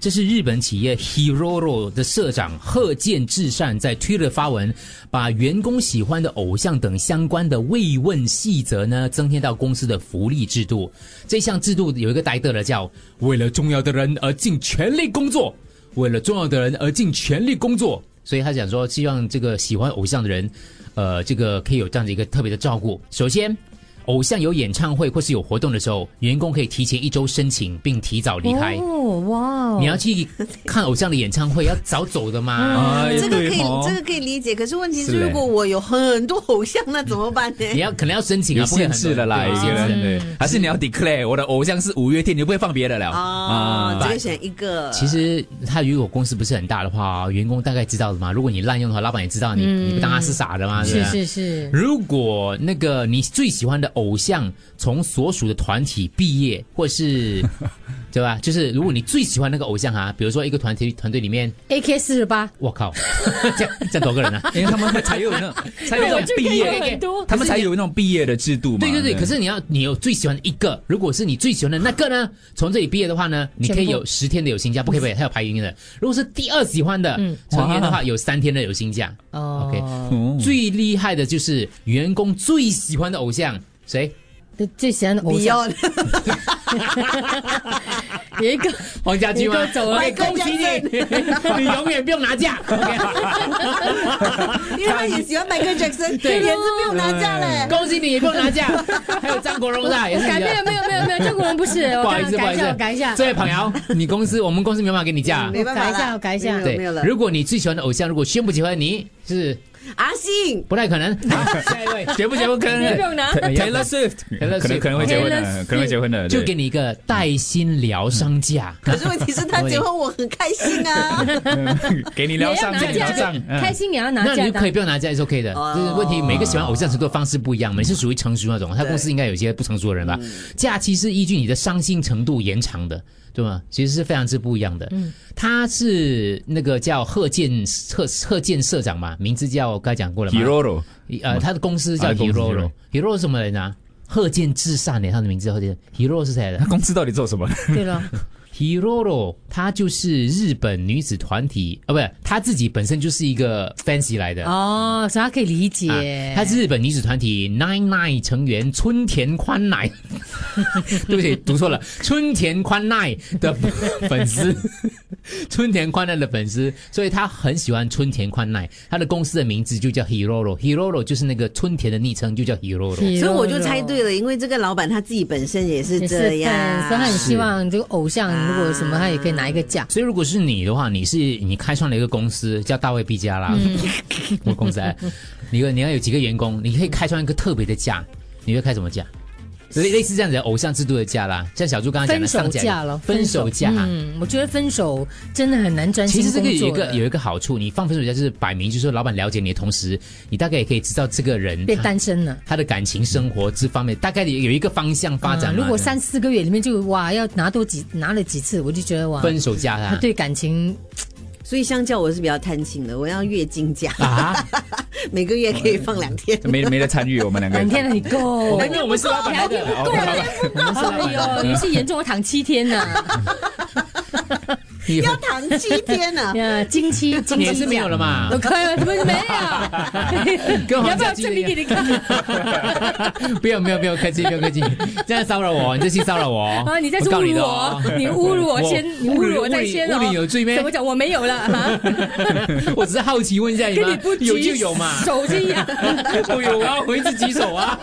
这是日本企业 Hiroro 的社长贺建志善在 Twitter 发文，把员工喜欢的偶像等相关的慰问细则呢，增添到公司的福利制度。这项制度有一个呆的了，叫“为了重要的人而尽全力工作”，为了重要的人而尽全力工作。所以他想说，希望这个喜欢偶像的人，呃，这个可以有这样的一个特别的照顾。首先，偶像有演唱会或是有活动的时候，员工可以提前一周申请并提早离开。哦，哇哦，你要去看偶像的演唱会，要早走的嗯嘛。啊，也这个可对以，哦这个可以理解。可是问题是是，嘞如果我有很多偶像，那怎么办呢？你要可能要申请有啊，不会限很制的多啦，对有有些限制人对，还是你要 declare 我的偶像是五月天，你就不会放别的了啊，这个选一个。其实他如果公司不是很大的话，员工大概知道的嘛。如果你滥用的话，老板也知道你，你不当他是傻的嘛，对嗯是不对是是，如果那个你最喜欢的偶像从所属的团体毕业，或是 对吧？就是如果你最喜欢那个偶像啊，比如说一个团体团队里面， AK 四十八，我靠， 这样这样多个人啊？因为他们会才有那种才有那种毕哎那我就可以有业很多，他们才有那种毕业的制度嘛。对对对，可是你要你有最喜欢的一个，如果是你最喜欢的那个呢，从这里毕业的话呢，你可以有十天的有薪假，不可以不可以，还有排名的。如果是第二喜欢的嗯成员的话，有三天的有薪假。哦 OK 哦最厉害的就是员工最喜欢的偶像谁？最最喜欢的偶你像要有一个黄家驹吗你哥走了 OK，恭喜哎你，你永远不用拿假。 因为他也喜欢 Michael Jackson，对，也是没有拿下嘞。恭喜你，也不用拿假。还有张国荣的啊也是改你变的了。没有没有没有，中国人不 是，我不好意改思，不好改意思一下，我改一下，这位朋友，你公司我们公司没有办法给你假。没办法啦，我改一下我没有改一下嗯对没有了，。如果你最喜欢的偶像如果宣布喜欢你，是阿信，不太可能。好，下一位，结不 结婚可能你不用拿 Taylor Swift 哎 Taylor 可能 Swift 可能会结婚 Taylor 的， Swift 可能会结婚的，就对给你一个带薪疗伤假。可是问题是，他结婚我很开心啊。 给你也疗要伤，拿给你疗假伤的，，嗯开心也要拿那假你就可以的。不用拿假也是 OK 的，哦就是问题每个喜欢偶像程度的方式不一样，你是属于成熟那种，他公司应该有些不成熟的人吧？假期是依据你的伤心程度延长的，对吗？其实是非常之不一样的。嗯，他是那个叫贺建贺贺建社长嘛，名字叫刚才讲过了嘛 Hiroro 呃，他的公司叫啊他的公司 Hero Hero 是什么人啊？贺建至善呢？他的名字贺建 Hero 是谁来的 他？公司到底做什么？对了， Hiroro，她就是日本女子团体，啊，不是，她自己本身就是一个 fancy 来的。 哦，所以他可以理啊解，，她是日本女子团体 Nine Nine 成员春田宽乃，对不起，读错了，春田宽乃的粉丝，春田宽乃的粉丝，所以她很喜欢春田宽乃，她的公司的名字就叫 Hiroro，Hiroro 就是那个春田的昵称，就叫 Hiroro。皮所以肉肉我就猜对了，因为这个老板他自己本身也是也是这粉所以他样。很希望这个偶像如果有什么，他也可以拿一个奖。所以如果是你的话，你是你开创了一个公司叫大卫毕加啦， 我公司啊，你你要有几个员工，你可以开创一个特别的假，你会开什么假？类类似这样子的偶像制度的假啦，像小猪刚刚讲分的手上假了，分手假。嗯，我觉得分手真的很难专其实心这工个有一作个的。有一个好处，你放分手假就是摆明就是说老板了解你的同时，你大概也可以知道这个人变他单身了。他的感情生活这方面大概有一个方向发展啊嘛。如果三四个月里面就哇，要拿多几拿了几次，我就觉得哇，分手假他啦啊对感情所以相较我是比较贪心的，我要月经假，啊， 每个月可以放两天。没没得参与，我们两个两天很够。因为哦 我们是老板来的，够了哎呦，有些严重，我躺七天呢、 你要躺七天啊呢、呀，经期经你期也是没有了嘛我？看怎么没有？跟你黄要不家要驹证明给你看？不要不要不要客气不要客气，这样骚扰我，你这性骚扰我啊，你再我是告侮你辱的我哦，你侮辱我先，你侮辱我再先哦。物理物理有罪咩怎么讲？我没有了啊，我只是好奇问一下你跟你们不，有举就有嘛，手这样。不有啊，我一直举手啊。